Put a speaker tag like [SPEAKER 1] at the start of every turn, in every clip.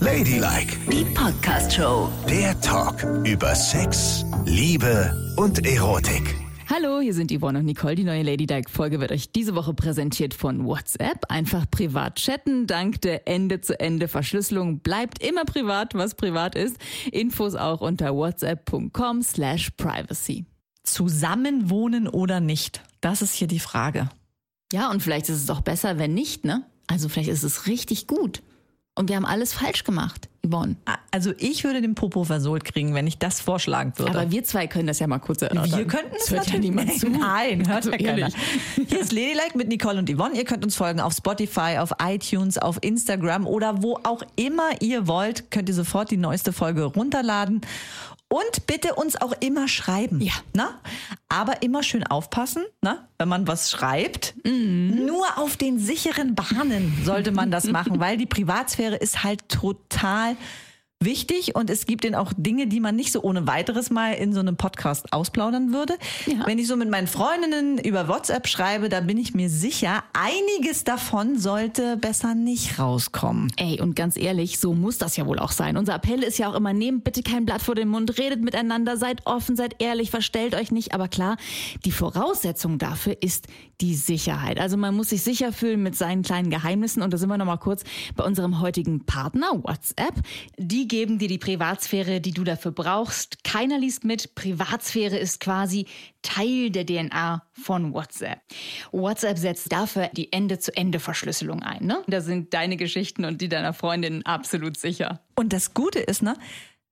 [SPEAKER 1] Ladylike,
[SPEAKER 2] Die Podcast-Show.
[SPEAKER 1] der Talk über Sex, Liebe und Erotik.
[SPEAKER 3] Hallo, hier sind Yvonne und Nicole. Die neue Lady Dyke Folge wird euch diese Woche präsentiert von WhatsApp. Einfach privat chatten. Dank der Ende-zu-Ende-Verschlüsselung bleibt immer privat, was privat ist. Infos auch unter whatsapp.com slash privacy.
[SPEAKER 4] Zusammenwohnen oder nicht? Das ist hier die Frage.
[SPEAKER 3] Ja, und vielleicht ist es auch besser, wenn nicht, ne? Also vielleicht ist es richtig gut. Und wir haben alles falsch gemacht, Yvonne.
[SPEAKER 4] A- Also ich würde den Popo versohlt kriegen, wenn ich das vorschlagen würde.
[SPEAKER 3] Aber wir zwei können das ja mal kurz erörtern.
[SPEAKER 4] wir könnten es
[SPEAKER 3] das hört ja
[SPEAKER 4] natürlich
[SPEAKER 3] niemand zu.
[SPEAKER 4] Nein, hört
[SPEAKER 3] Also
[SPEAKER 4] ja keiner.
[SPEAKER 3] ehrlich.
[SPEAKER 4] Hier ist Ladylike mit Nicole und Yvonne. Ihr könnt uns folgen auf Spotify, auf iTunes, auf Instagram oder wo auch immer ihr wollt, könnt ihr sofort die neueste Folge runterladen. Und bitte uns auch immer schreiben.
[SPEAKER 3] Ja.
[SPEAKER 4] Na? Aber immer schön aufpassen, na? wenn man was schreibt. Nur auf den sicheren Bahnen sollte man das machen, weil die Privatsphäre ist halt total wichtig und es gibt denn auch Dinge, die man nicht so ohne weiteres mal in so einem Podcast ausplaudern würde.
[SPEAKER 3] Ja.
[SPEAKER 4] Wenn ich so mit meinen Freundinnen über WhatsApp schreibe, da bin ich mir sicher, einiges davon sollte besser nicht rauskommen.
[SPEAKER 3] Ey, und ganz ehrlich, so muss das ja wohl auch sein. Unser Appell ist ja auch immer, nehmt bitte kein Blatt vor den Mund, redet miteinander, seid offen, seid ehrlich, verstellt euch nicht. Aber klar, die Voraussetzung dafür ist die Sicherheit. Also man muss sich sicher fühlen mit seinen kleinen Geheimnissen. Und da sind wir nochmal kurz bei unserem heutigen Partner, WhatsApp.
[SPEAKER 5] Die geben dir die Privatsphäre, die du dafür brauchst. Keiner liest mit. Privatsphäre ist quasi Teil der DNA von WhatsApp. WhatsApp setzt dafür die Ende-zu-Ende-Verschlüsselung ein. Ne? Da sind deine Geschichten und die deiner Freundin absolut sicher.
[SPEAKER 4] Und das Gute ist, ne?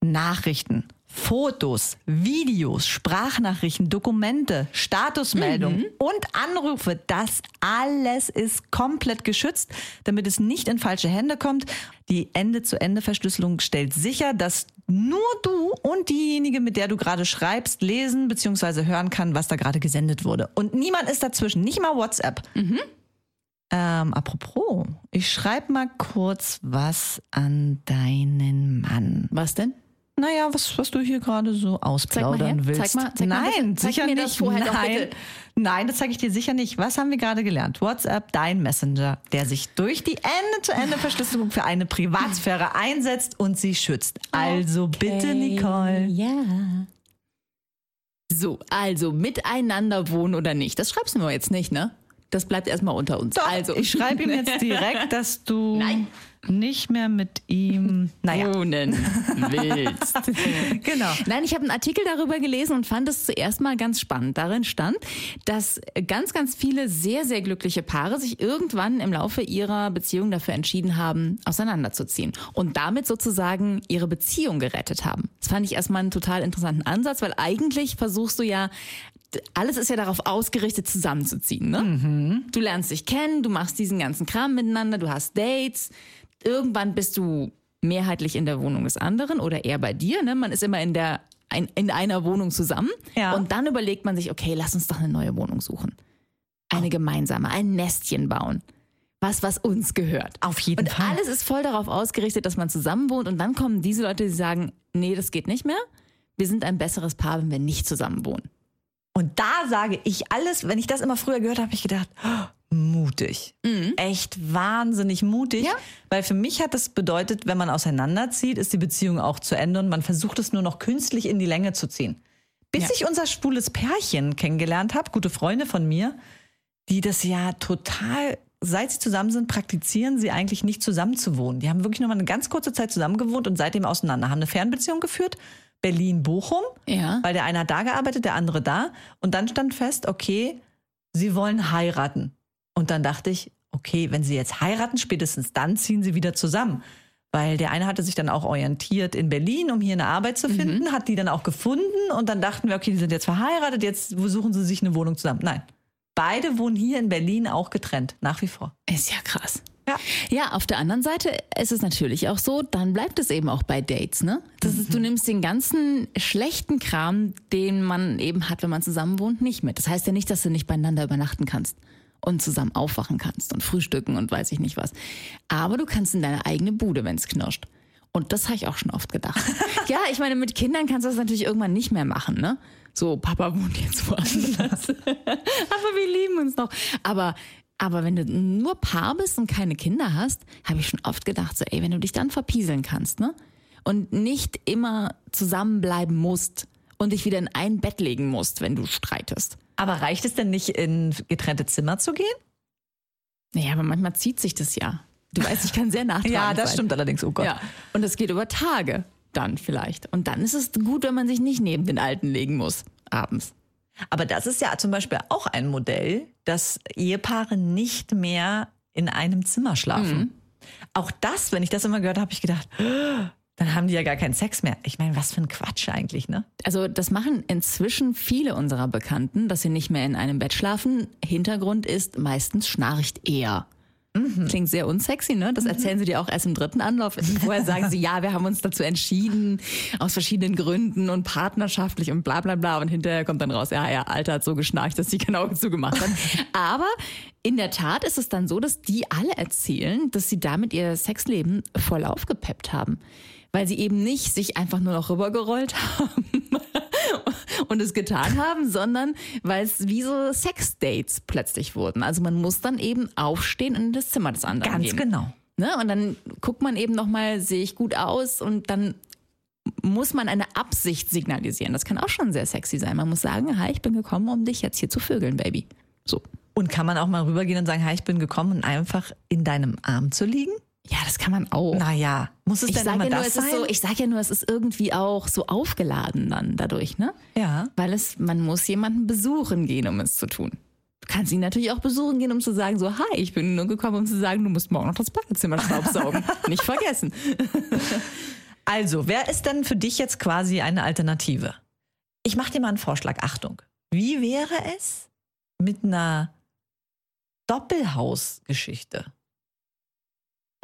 [SPEAKER 4] Nachrichten, Fotos, Videos, Sprachnachrichten, Dokumente, Statusmeldungen und Anrufe, das alles ist komplett geschützt, damit es nicht in falsche Hände kommt. Die Ende-zu-Ende-Verschlüsselung stellt sicher, dass nur du und diejenige, mit der du gerade schreibst, lesen bzw. hören kann, was da gerade gesendet wurde. Und niemand ist dazwischen, nicht mal WhatsApp. Ähm, apropos, ich schreib mal kurz was an deinen Mann.
[SPEAKER 3] Was denn?
[SPEAKER 4] Naja, was, was du hier gerade so ausplaudern
[SPEAKER 3] her. Zeig
[SPEAKER 4] willst.
[SPEAKER 3] mal- zeig mal
[SPEAKER 4] Nein,
[SPEAKER 3] bitte. Zeig
[SPEAKER 4] sicher
[SPEAKER 3] mir
[SPEAKER 4] nicht.
[SPEAKER 3] das vorher doch
[SPEAKER 4] Nein.
[SPEAKER 3] bitte.
[SPEAKER 4] Nein, das zeige ich dir sicher nicht. Was haben wir gerade gelernt? WhatsApp, dein Messenger, der sich durch die Ende-zu-Ende-Verschlüsselung für eine Privatsphäre einsetzt und sie schützt. Also bitte, Nicole.
[SPEAKER 3] So, also miteinander wohnen oder nicht. Das schreibst du mir jetzt nicht, ne? Das bleibt erstmal unter uns.
[SPEAKER 4] Doch,
[SPEAKER 3] also
[SPEAKER 4] ich schreibe ihm jetzt direkt, dass du
[SPEAKER 3] Nein. Oh.
[SPEAKER 4] nicht mehr mit ihm. Naja,
[SPEAKER 3] wohnen willst.
[SPEAKER 4] genau.
[SPEAKER 3] Nein, ich habe einen Artikel darüber gelesen und fand es zuerst mal ganz spannend. Darin stand, dass ganz, ganz viele sehr, sehr glückliche Paare sich irgendwann im Laufe ihrer Beziehung dafür entschieden haben, auseinanderzuziehen und damit sozusagen ihre Beziehung gerettet haben. Das fand ich erstmal einen total interessanten Ansatz, weil eigentlich versuchst du ja, alles ist ja darauf ausgerichtet, zusammenzuziehen. Ne? Du lernst dich kennen, du machst diesen ganzen Kram miteinander, du hast Dates. Irgendwann bist du mehrheitlich in der Wohnung des anderen oder eher bei dir. Ne? Man ist immer in der ein, in einer Wohnung zusammen.
[SPEAKER 4] Ja.
[SPEAKER 3] Und dann überlegt man sich, okay, lass uns doch eine neue Wohnung suchen. Eine gemeinsame, ein Nestchen bauen. Was, was uns gehört.
[SPEAKER 4] Auf jeden
[SPEAKER 3] und
[SPEAKER 4] Fall.
[SPEAKER 3] alles ist voll darauf ausgerichtet, dass man zusammen wohnt. Und dann kommen diese Leute, die sagen, nee, das geht nicht mehr. Wir sind ein besseres Paar, wenn wir nicht zusammen wohnen.
[SPEAKER 4] Und da sage ich alles, wenn ich das immer früher gehört habe, habe ich gedacht, oh, mutig. Echt wahnsinnig mutig.
[SPEAKER 3] Mhm. Ja.
[SPEAKER 4] Weil für mich hat das bedeutet, wenn man auseinanderzieht, ist die Beziehung auch zu Ende und man versucht es nur noch künstlich in die Länge zu ziehen. Bis
[SPEAKER 3] Ja.
[SPEAKER 4] ich unser schwules Pärchen kennengelernt habe, gute Freunde von mir, die das ja total, seit sie zusammen sind, praktizieren sie eigentlich nicht zusammen zu wohnen. Die haben wirklich nur mal eine ganz kurze Zeit zusammen gewohnt und seitdem auseinander, haben eine Fernbeziehung geführt, Berlin-Bochum,
[SPEAKER 3] Ja.
[SPEAKER 4] weil der eine hat da gearbeitet, der andere da. Und dann stand fest, okay, sie wollen heiraten. Und dann dachte ich, okay, wenn sie jetzt heiraten, spätestens dann ziehen sie wieder zusammen. Weil der eine hatte sich dann auch orientiert in Berlin, um hier eine Arbeit zu finden, hat die dann auch gefunden und dann dachten wir, okay, die sind jetzt verheiratet, jetzt suchen sie sich eine Wohnung zusammen. Nein. Beide wohnen hier in Berlin auch getrennt, nach wie vor.
[SPEAKER 3] Ist ja krass.
[SPEAKER 4] Ja.
[SPEAKER 3] Ja, auf der anderen Seite ist es natürlich auch so, dann bleibt es eben auch bei Dates, ne? Das ist, du nimmst den ganzen schlechten Kram, den man eben hat, wenn man zusammen wohnt, nicht mit. Das heißt ja nicht, dass du nicht beieinander übernachten kannst und zusammen aufwachen kannst und frühstücken und weiß ich nicht was. Aber du kannst in deine eigene Bude, wenn's knirscht. Und das habe ich auch schon oft gedacht. ja, ich meine, mit Kindern kannst du das natürlich irgendwann nicht mehr machen, ne? So, Papa wohnt jetzt woanders. Aber wir lieben uns noch. Aber Aber wenn du nur Paar bist und keine Kinder hast, habe ich schon oft gedacht, so, ey, wenn du dich dann verpieseln kannst, ne? Und nicht immer zusammenbleiben musst und dich wieder in ein Bett legen musst, wenn du streitest.
[SPEAKER 4] Aber reicht es denn nicht, in getrennte Zimmer zu gehen?
[SPEAKER 3] Naja, aber manchmal zieht sich das ja. Du weißt, ich kann sehr nachtragend
[SPEAKER 4] Ja, das
[SPEAKER 3] sein.
[SPEAKER 4] stimmt allerdings. Oh Gott.
[SPEAKER 3] Ja. Und das geht über Tage dann vielleicht. Und dann ist es gut, wenn man sich nicht neben den Alten legen muss, abends.
[SPEAKER 4] Aber das ist ja zum Beispiel auch ein Modell, dass Ehepaare nicht mehr in einem Zimmer schlafen.
[SPEAKER 3] Mhm.
[SPEAKER 4] Auch das, wenn ich das immer gehört habe, habe ich gedacht, "Oh, dann haben die ja gar keinen Sex mehr. Ich meine, was für ein Quatsch eigentlich, ne?
[SPEAKER 3] Also das machen inzwischen viele unserer Bekannten, dass sie nicht mehr in einem Bett schlafen. Hintergrund ist, meistens schnarcht er. Klingt sehr unsexy, ne? Das erzählen sie dir auch erst im dritten Anlauf. Vorher sagen sie, ja, wir haben uns dazu entschieden, aus verschiedenen Gründen und partnerschaftlich und bla bla bla. Und hinterher kommt dann raus, ja, ja, Alter hat so geschnarcht, dass sie keine Augen zugemacht hat. Aber in der Tat ist es dann so, dass die alle erzählen, dass sie damit ihr Sexleben voll aufgepeppt haben. Weil sie eben nicht sich einfach nur noch rübergerollt haben und es getan haben, sondern weil es wie so Sexdates plötzlich wurden. Also man muss dann eben aufstehen und in das Zimmer des anderen
[SPEAKER 4] Ganz
[SPEAKER 3] gehen.
[SPEAKER 4] genau.
[SPEAKER 3] Ne? Und dann guckt man eben nochmal, sehe ich gut aus und dann muss man eine Absicht signalisieren. Das kann auch schon sehr sexy sein. Man muss sagen, hi, ich bin gekommen, um dich jetzt hier zu vögeln, Baby. So.
[SPEAKER 4] Und kann man auch mal rübergehen und sagen, hi, ich bin gekommen und einfach in deinem Arm zu liegen?
[SPEAKER 3] Ja, das kann man auch.
[SPEAKER 4] Naja, muss es
[SPEAKER 3] Oh. ich
[SPEAKER 4] denn
[SPEAKER 3] sage
[SPEAKER 4] immer
[SPEAKER 3] ja, nur,
[SPEAKER 4] das
[SPEAKER 3] es
[SPEAKER 4] sein?
[SPEAKER 3] ist so, ich sag ja nur, es ist irgendwie auch so aufgeladen dann dadurch, ne?
[SPEAKER 4] ja.
[SPEAKER 3] Weil es, man muss jemanden besuchen gehen, um es zu tun. Du kannst ihn natürlich auch besuchen gehen, um zu sagen, so, hi, ich bin nur gekommen, um zu sagen, du musst morgen noch das Badezimmer staubsaugen. Nicht vergessen.
[SPEAKER 4] Also, wer ist denn für dich jetzt quasi eine Alternative? Ich mache dir mal einen Vorschlag. Achtung. Wie wäre es mit einer Doppelhausgeschichte?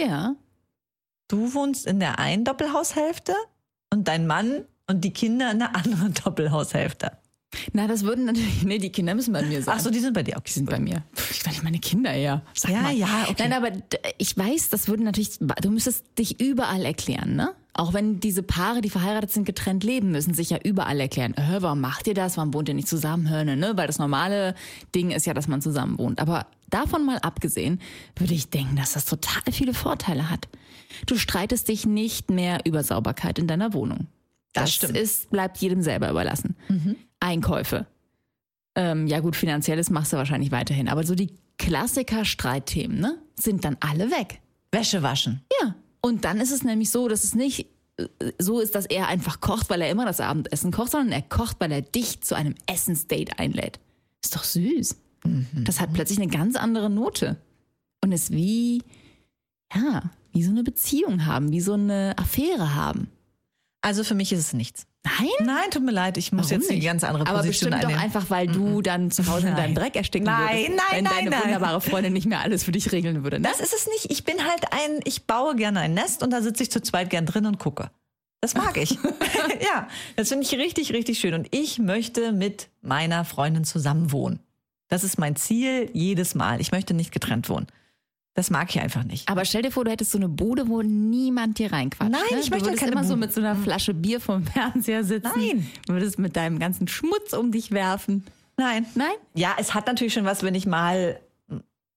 [SPEAKER 3] Ja.
[SPEAKER 4] Du wohnst in der einen Doppelhaushälfte und dein Mann und die Kinder in der anderen Doppelhaushälfte.
[SPEAKER 3] Na, das würden natürlich, nee, die Kinder müssen bei mir sein.
[SPEAKER 4] Ach so, die sind bei dir. Okay,
[SPEAKER 3] Die sind bei mir. Pff, Ich weiß meine Kinder ja. Sag
[SPEAKER 4] Ja,
[SPEAKER 3] mal.
[SPEAKER 4] ja, okay.
[SPEAKER 3] Nein, aber d- ich weiß, das würde natürlich, du müsstest dich überall erklären, ne? Auch wenn diese Paare, die verheiratet sind, getrennt leben, müssen sich ja überall erklären. Äh, warum macht ihr das? Warum wohnt ihr nicht zusammen? Hör, ne, ne? Weil das normale Ding ist ja, dass man zusammen wohnt. Aber davon mal abgesehen, würde ich denken, dass das total viele Vorteile hat. Du streitest dich nicht mehr über Sauberkeit in deiner Wohnung.
[SPEAKER 4] Das stimmt. Mhm.
[SPEAKER 3] Ist, bleibt jedem selber überlassen. Einkäufe. Ähm, ja gut, finanzielles machst du wahrscheinlich weiterhin. Aber so die Klassiker-Streitthemen ne, sind dann alle weg.
[SPEAKER 4] Wäsche waschen.
[SPEAKER 3] Ja. Und dann ist es nämlich so, dass es nicht äh, so ist, dass er einfach kocht, weil er immer das Abendessen kocht, sondern er kocht, weil er dich zu einem Essensdate einlädt. Ist doch süß.
[SPEAKER 4] Mhm.
[SPEAKER 3] Das hat plötzlich eine ganz andere Note. Und ist wie, ja, wie so eine Beziehung haben, wie so eine Affäre haben.
[SPEAKER 4] Also für mich ist es nichts.
[SPEAKER 3] Nein?
[SPEAKER 4] Nein, tut mir leid, ich muss
[SPEAKER 3] Warum
[SPEAKER 4] jetzt eine
[SPEAKER 3] nicht?
[SPEAKER 4] ganz andere
[SPEAKER 3] Aber
[SPEAKER 4] Position
[SPEAKER 3] bestimmt doch
[SPEAKER 4] einnehmen.
[SPEAKER 3] einfach, weil du dann zu Hause in deinem Dreck ersticken
[SPEAKER 4] Nein,
[SPEAKER 3] würdest.
[SPEAKER 4] nein,
[SPEAKER 3] wenn
[SPEAKER 4] nein,
[SPEAKER 3] deine
[SPEAKER 4] nein.
[SPEAKER 3] wunderbare Freundin nicht mehr alles für dich regeln würde. Ne?
[SPEAKER 4] das ist es nicht. Ich bin halt ein, ich baue gerne ein Nest und da sitze ich zu zweit gern drin und gucke. Das mag ich. ja, das finde ich richtig, richtig schön. Und ich möchte mit meiner Freundin zusammen wohnen. Das ist mein Ziel jedes Mal. Ich möchte nicht getrennt wohnen. Das mag ich einfach nicht.
[SPEAKER 3] Aber stell dir vor, du hättest so eine Bude, wo niemand dir reinquatscht.
[SPEAKER 4] Nein,
[SPEAKER 3] ne?
[SPEAKER 4] ich möchte
[SPEAKER 3] du würdest
[SPEAKER 4] keine
[SPEAKER 3] immer so
[SPEAKER 4] Bude.
[SPEAKER 3] mit so einer Flasche Bier vom Fernseher sitzen.
[SPEAKER 4] Nein.
[SPEAKER 3] Du würdest mit deinem ganzen Schmutz um dich werfen.
[SPEAKER 4] Nein.
[SPEAKER 3] Nein?
[SPEAKER 4] Ja, es hat natürlich schon was, wenn ich mal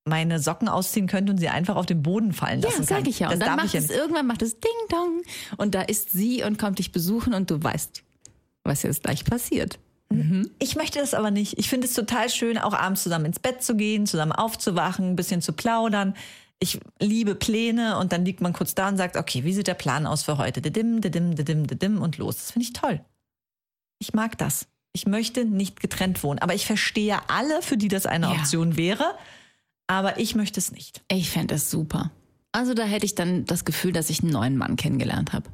[SPEAKER 4] meine Socken ausziehen könnte und sie einfach auf den Boden fallen lassen
[SPEAKER 3] Ja,
[SPEAKER 4] kann.
[SPEAKER 3] sag ich ja.
[SPEAKER 4] Das
[SPEAKER 3] Und dann
[SPEAKER 4] darf ich
[SPEAKER 3] macht
[SPEAKER 4] ja
[SPEAKER 3] es
[SPEAKER 4] nicht.
[SPEAKER 3] irgendwann macht es Ding Dong und da ist sie und kommt dich besuchen und du weißt, was jetzt gleich passiert.
[SPEAKER 4] Ich möchte das aber nicht. Ich finde es total schön, auch abends zusammen ins Bett zu gehen, zusammen aufzuwachen, ein bisschen zu plaudern. Ich liebe Pläne und dann liegt man kurz da und sagt, okay, wie sieht der Plan aus für heute? Didim, didim, didim, didim und los. Das finde ich toll. Ich mag das. Ich möchte nicht getrennt wohnen. Aber ich verstehe alle, für die das eine
[SPEAKER 3] Ja.
[SPEAKER 4] Option wäre. Aber ich möchte es nicht.
[SPEAKER 3] Ich fände das super. Also da hätte ich dann das Gefühl, dass ich einen neuen Mann kennengelernt habe.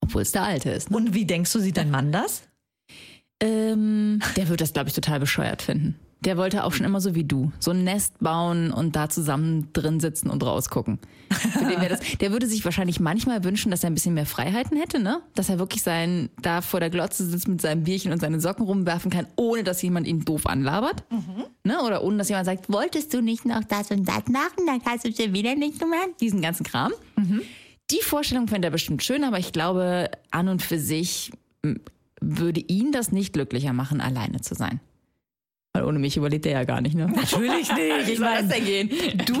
[SPEAKER 3] Obwohl es der alte ist. Ne?
[SPEAKER 4] Und wie denkst du, sieht dein Mann das?
[SPEAKER 3] Ähm, der wird das, glaube ich, total bescheuert finden. Der wollte auch schon immer so wie du, so ein Nest bauen und da zusammen drin sitzen und rausgucken. Für den wär das, der würde sich wahrscheinlich manchmal wünschen, dass er ein bisschen mehr Freiheiten hätte, ne? Dass er wirklich sein, da vor der Glotze sitzt mit seinem Bierchen und seine Socken rumwerfen kann, ohne dass jemand ihn doof anlabert.
[SPEAKER 4] Mhm.
[SPEAKER 3] Ne? Oder ohne dass jemand sagt, wolltest du nicht noch das und das machen, dann hast du schon wieder nicht gemacht. Diesen ganzen Kram.
[SPEAKER 4] Mhm.
[SPEAKER 3] Die Vorstellung fände er bestimmt schön, aber ich glaube, an und für sich m, würde ihn das nicht glücklicher machen, alleine zu sein. Weil ohne mich überlebt der ja gar nicht, ne?
[SPEAKER 4] Natürlich nicht. Ich
[SPEAKER 3] soll
[SPEAKER 4] meine,
[SPEAKER 3] das denn gehen?
[SPEAKER 4] Du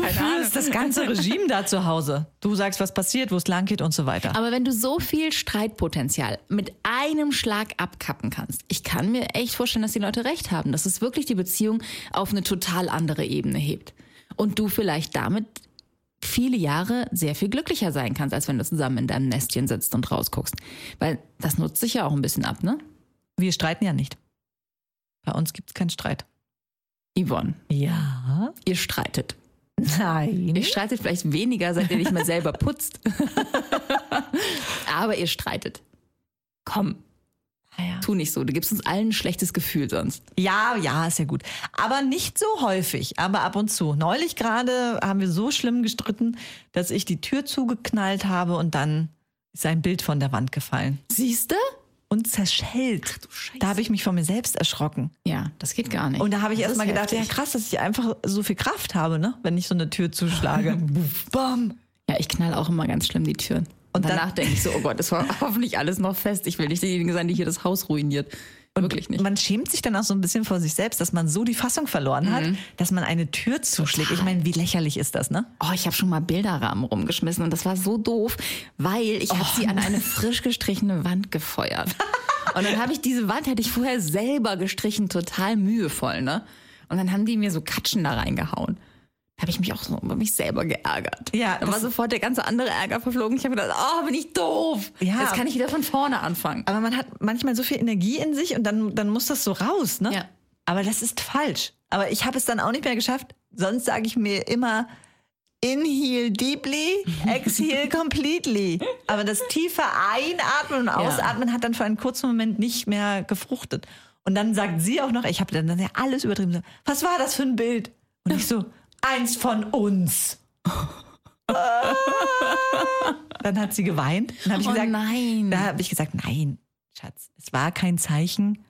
[SPEAKER 3] Keine
[SPEAKER 4] führst das ganze Regime da zu Hause. Du sagst, was passiert, wo es lang geht und so weiter.
[SPEAKER 3] Aber wenn du so viel Streitpotenzial mit einem Schlag abkappen kannst, ich kann mir echt vorstellen, dass die Leute recht haben, dass es wirklich die Beziehung auf eine total andere Ebene hebt. Und du vielleicht damit viele Jahre sehr viel glücklicher sein kannst, als wenn du zusammen in deinem Nestchen sitzt und rausguckst. Weil das nutzt sich ja auch ein bisschen ab, ne?
[SPEAKER 4] Wir streiten ja nicht. Bei uns gibt es keinen Streit.
[SPEAKER 3] Yvonne,
[SPEAKER 4] Ja.
[SPEAKER 3] ihr streitet.
[SPEAKER 4] Nein.
[SPEAKER 3] Ihr streitet vielleicht weniger, seit ihr nicht mehr selber putzt. Aber ihr streitet. Komm,
[SPEAKER 4] ja.
[SPEAKER 3] tu nicht so. Du gibst uns allen ein schlechtes Gefühl sonst.
[SPEAKER 4] ja, ja, ist ja gut. Aber nicht so häufig, aber ab und zu. Neulich gerade haben wir so schlimm gestritten, dass ich die Tür zugeknallt habe und dann ist ein Bild von der Wand gefallen
[SPEAKER 3] Siehst du?
[SPEAKER 4] und zerschellt. da habe ich mich von mir selbst erschrocken.
[SPEAKER 3] Ja, das geht gar nicht.
[SPEAKER 4] Und da habe ich
[SPEAKER 3] Das
[SPEAKER 4] erst
[SPEAKER 3] ist
[SPEAKER 4] mal gedacht,
[SPEAKER 3] heftig.
[SPEAKER 4] ja krass, dass ich einfach so viel Kraft habe, ne? wenn ich so eine Tür zuschlage. Buff, Bam.
[SPEAKER 3] ja, ich knall auch immer ganz schlimm die Türen. Und
[SPEAKER 4] Und dann-
[SPEAKER 3] danach denke ich so, oh Gott, das war hoffentlich alles noch fest. Ich will nicht diejenige sein, die hier das Haus ruiniert. Wirklich nicht.
[SPEAKER 4] Man schämt sich dann auch so ein bisschen vor sich selbst, dass man so die Fassung verloren hat, dass man eine Tür zuschlägt. Ich meine, wie lächerlich ist das, ne?
[SPEAKER 3] Oh, ich habe schon mal Bilderrahmen rumgeschmissen und das war so doof, weil ich habe sie an eine
[SPEAKER 4] Oh.
[SPEAKER 3] frisch gestrichene Wand gefeuert. Und dann habe ich diese Wand, hätte ich vorher selber gestrichen, total mühevoll, ne? Und dann haben die mir so Katschen da reingehauen. Da habe ich mich auch so über mich selber geärgert.
[SPEAKER 4] Ja,
[SPEAKER 3] Da war
[SPEAKER 4] das-
[SPEAKER 3] sofort der ganze andere Ärger verflogen. Ich habe gedacht, oh, bin ich doof.
[SPEAKER 4] Ja.
[SPEAKER 3] Jetzt kann ich wieder von vorne anfangen.
[SPEAKER 4] Aber man hat manchmal so viel Energie in sich und dann, dann muss das so raus, ne?
[SPEAKER 3] Ja.
[SPEAKER 4] Aber das ist falsch. Aber ich habe es dann auch nicht mehr geschafft. Sonst sage ich mir immer, inhale deeply, exhale completely. Aber das tiefe Einatmen und Ausatmen hat dann für einen kurzen Moment nicht mehr gefruchtet. Und dann sagt sie auch noch, ich habe dann ja alles übertrieben. So, Was war das für ein Bild? Und ich so, eins von uns. Ah. dann hat sie geweint. Dann habe ich
[SPEAKER 3] Oh
[SPEAKER 4] gesagt,
[SPEAKER 3] nein.
[SPEAKER 4] Da habe ich gesagt, nein, Schatz, es war kein Zeichen,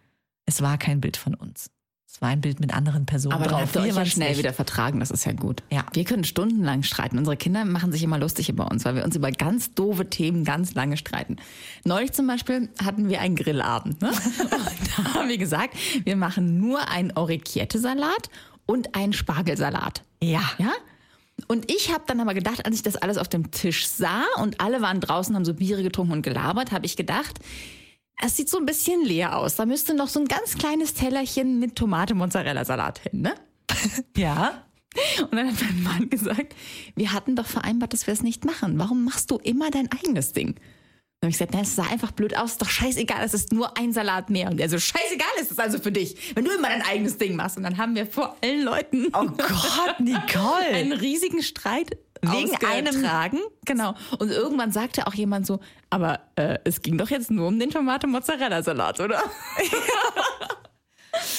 [SPEAKER 4] es war kein Bild von uns. Es war ein Bild mit anderen Personen
[SPEAKER 3] Aber dann
[SPEAKER 4] drauf.
[SPEAKER 3] habt ihr euch ja
[SPEAKER 4] waren's
[SPEAKER 3] schnell
[SPEAKER 4] nicht.
[SPEAKER 3] wieder vertragen, das ist ja gut.
[SPEAKER 4] Ja.
[SPEAKER 3] Wir können stundenlang streiten. Unsere Kinder machen sich immer lustig über uns, weil wir uns über ganz doofe Themen ganz lange streiten. Neulich zum Beispiel hatten wir einen Grillabend. Ne? Und da haben wir gesagt, wir machen nur einen Orecchiette-Salat und einen Spargelsalat.
[SPEAKER 4] Ja.
[SPEAKER 3] Ja? Und ich habe dann aber gedacht, als ich das alles auf dem Tisch sah und alle waren draußen, haben so Biere getrunken und gelabert, habe ich gedacht, es sieht so ein bisschen leer aus. Da müsste noch so ein ganz kleines Tellerchen mit Tomate-Mozzarella-Salat hin, ne?
[SPEAKER 4] Ja.
[SPEAKER 3] Und dann hat mein Mann gesagt, wir hatten doch vereinbart, dass wir es nicht machen. Warum machst du immer dein eigenes Ding? Dann habe ich gesagt, na, es sah einfach blöd aus, ist doch scheißegal, es ist nur ein Salat mehr. Und er so, scheißegal ist es also für dich, wenn du immer dein eigenes Ding machst. Und dann haben wir vor allen Leuten
[SPEAKER 4] Oh Gott, Nicole.
[SPEAKER 3] einen riesigen Streit
[SPEAKER 4] Wegen einem-
[SPEAKER 3] ausgetragen. Genau. Und irgendwann sagte auch jemand so, aber äh, es ging doch jetzt nur um den Tomate-Mozzarella-Salat, oder?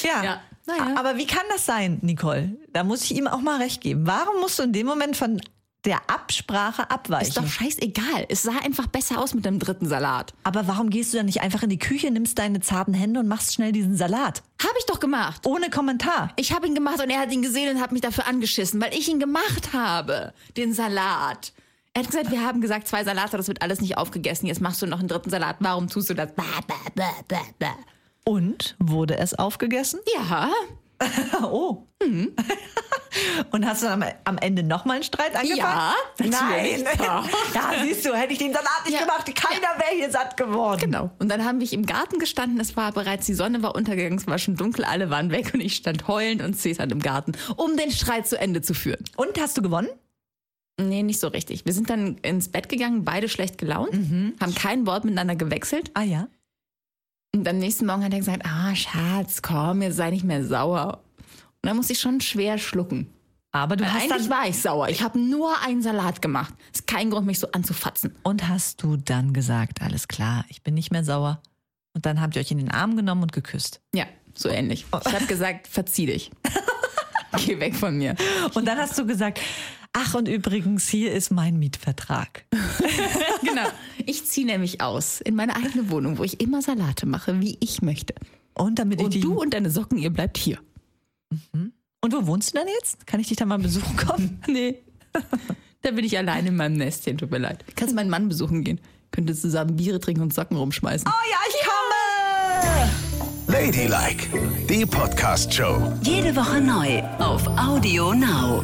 [SPEAKER 4] Ja.
[SPEAKER 3] Ja. Naja.
[SPEAKER 4] Aber wie kann das sein, Nicole? Da muss ich ihm auch mal recht geben. Warum musst du in dem Moment von der Absprache
[SPEAKER 3] Ist
[SPEAKER 4] abweichen?
[SPEAKER 3] doch scheißegal. Es sah einfach besser aus mit dem dritten Salat.
[SPEAKER 4] Aber warum gehst du dann nicht einfach in die Küche, nimmst deine zarten Hände und machst schnell diesen Salat?
[SPEAKER 3] Habe ich doch gemacht.
[SPEAKER 4] Ohne Kommentar.
[SPEAKER 3] Ich habe ihn gemacht und er hat ihn gesehen und hat mich dafür angeschissen, weil ich ihn gemacht habe. Den Salat. Er hat gesagt, wir haben gesagt, zwei Salate, das wird alles nicht aufgegessen. Jetzt machst du noch einen dritten Salat. Warum tust du das? Bah, bah, bah, bah, bah.
[SPEAKER 4] Und wurde es aufgegessen?
[SPEAKER 3] Ja,
[SPEAKER 4] Oh.
[SPEAKER 3] Mhm.
[SPEAKER 4] Und hast du dann am, am Ende nochmal einen Streit angefangen?
[SPEAKER 3] Ja, natürlich.
[SPEAKER 4] Nein. Ja, siehst du, hätte ich den Salat nicht
[SPEAKER 3] Ja.
[SPEAKER 4] gemacht, keiner wäre hier satt geworden.
[SPEAKER 3] genau. Und dann haben wir im Garten gestanden. Es war bereits, die Sonne war untergegangen, es war schon dunkel, alle waren weg und ich stand heulend und zeternd im Garten, um den Streit zu Ende zu führen.
[SPEAKER 4] Und hast du gewonnen?
[SPEAKER 3] Nee, nicht so richtig. Wir sind dann ins Bett gegangen, beide schlecht gelaunt, haben kein Wort miteinander gewechselt.
[SPEAKER 4] Ah ja.
[SPEAKER 3] Und am nächsten Morgen hat er gesagt, ah, Schatz, komm, jetzt sei nicht mehr sauer. Und dann musste ich schon schwer schlucken.
[SPEAKER 4] Aber du hast
[SPEAKER 3] Eigentlich
[SPEAKER 4] dann,
[SPEAKER 3] war ich sauer. Ich habe nur einen Salat gemacht. Ist kein Grund, mich so anzufatzen.
[SPEAKER 4] und hast du dann gesagt, alles klar, ich bin nicht mehr sauer. Und dann habt ihr euch in den Arm genommen und geküsst.
[SPEAKER 3] Ja, so ähnlich. Ich habe gesagt, verzieh dich. Geh weg von mir.
[SPEAKER 4] Und dann hast du gesagt, ach und übrigens, hier ist mein Mietvertrag.
[SPEAKER 3] Genau. Ich ziehe nämlich aus in meine eigene Wohnung, wo ich immer Salate mache, wie ich möchte.
[SPEAKER 4] Und damit ich
[SPEAKER 3] Und
[SPEAKER 4] dich-
[SPEAKER 3] du und deine Socken, ihr bleibt hier.
[SPEAKER 4] und wo wohnst du dann jetzt? Kann ich dich da mal besuchen kommen?
[SPEAKER 3] Nee. Da bin ich allein in meinem Nestchen, tut mir leid. Kannst meinen Mann besuchen gehen. Könntest zusammen Biere trinken und Socken rumschmeißen.
[SPEAKER 4] Oh ja, ich komme!
[SPEAKER 1] Ladies Ladylike, die Podcast-Show.
[SPEAKER 2] Jede Woche neu auf Audio Now.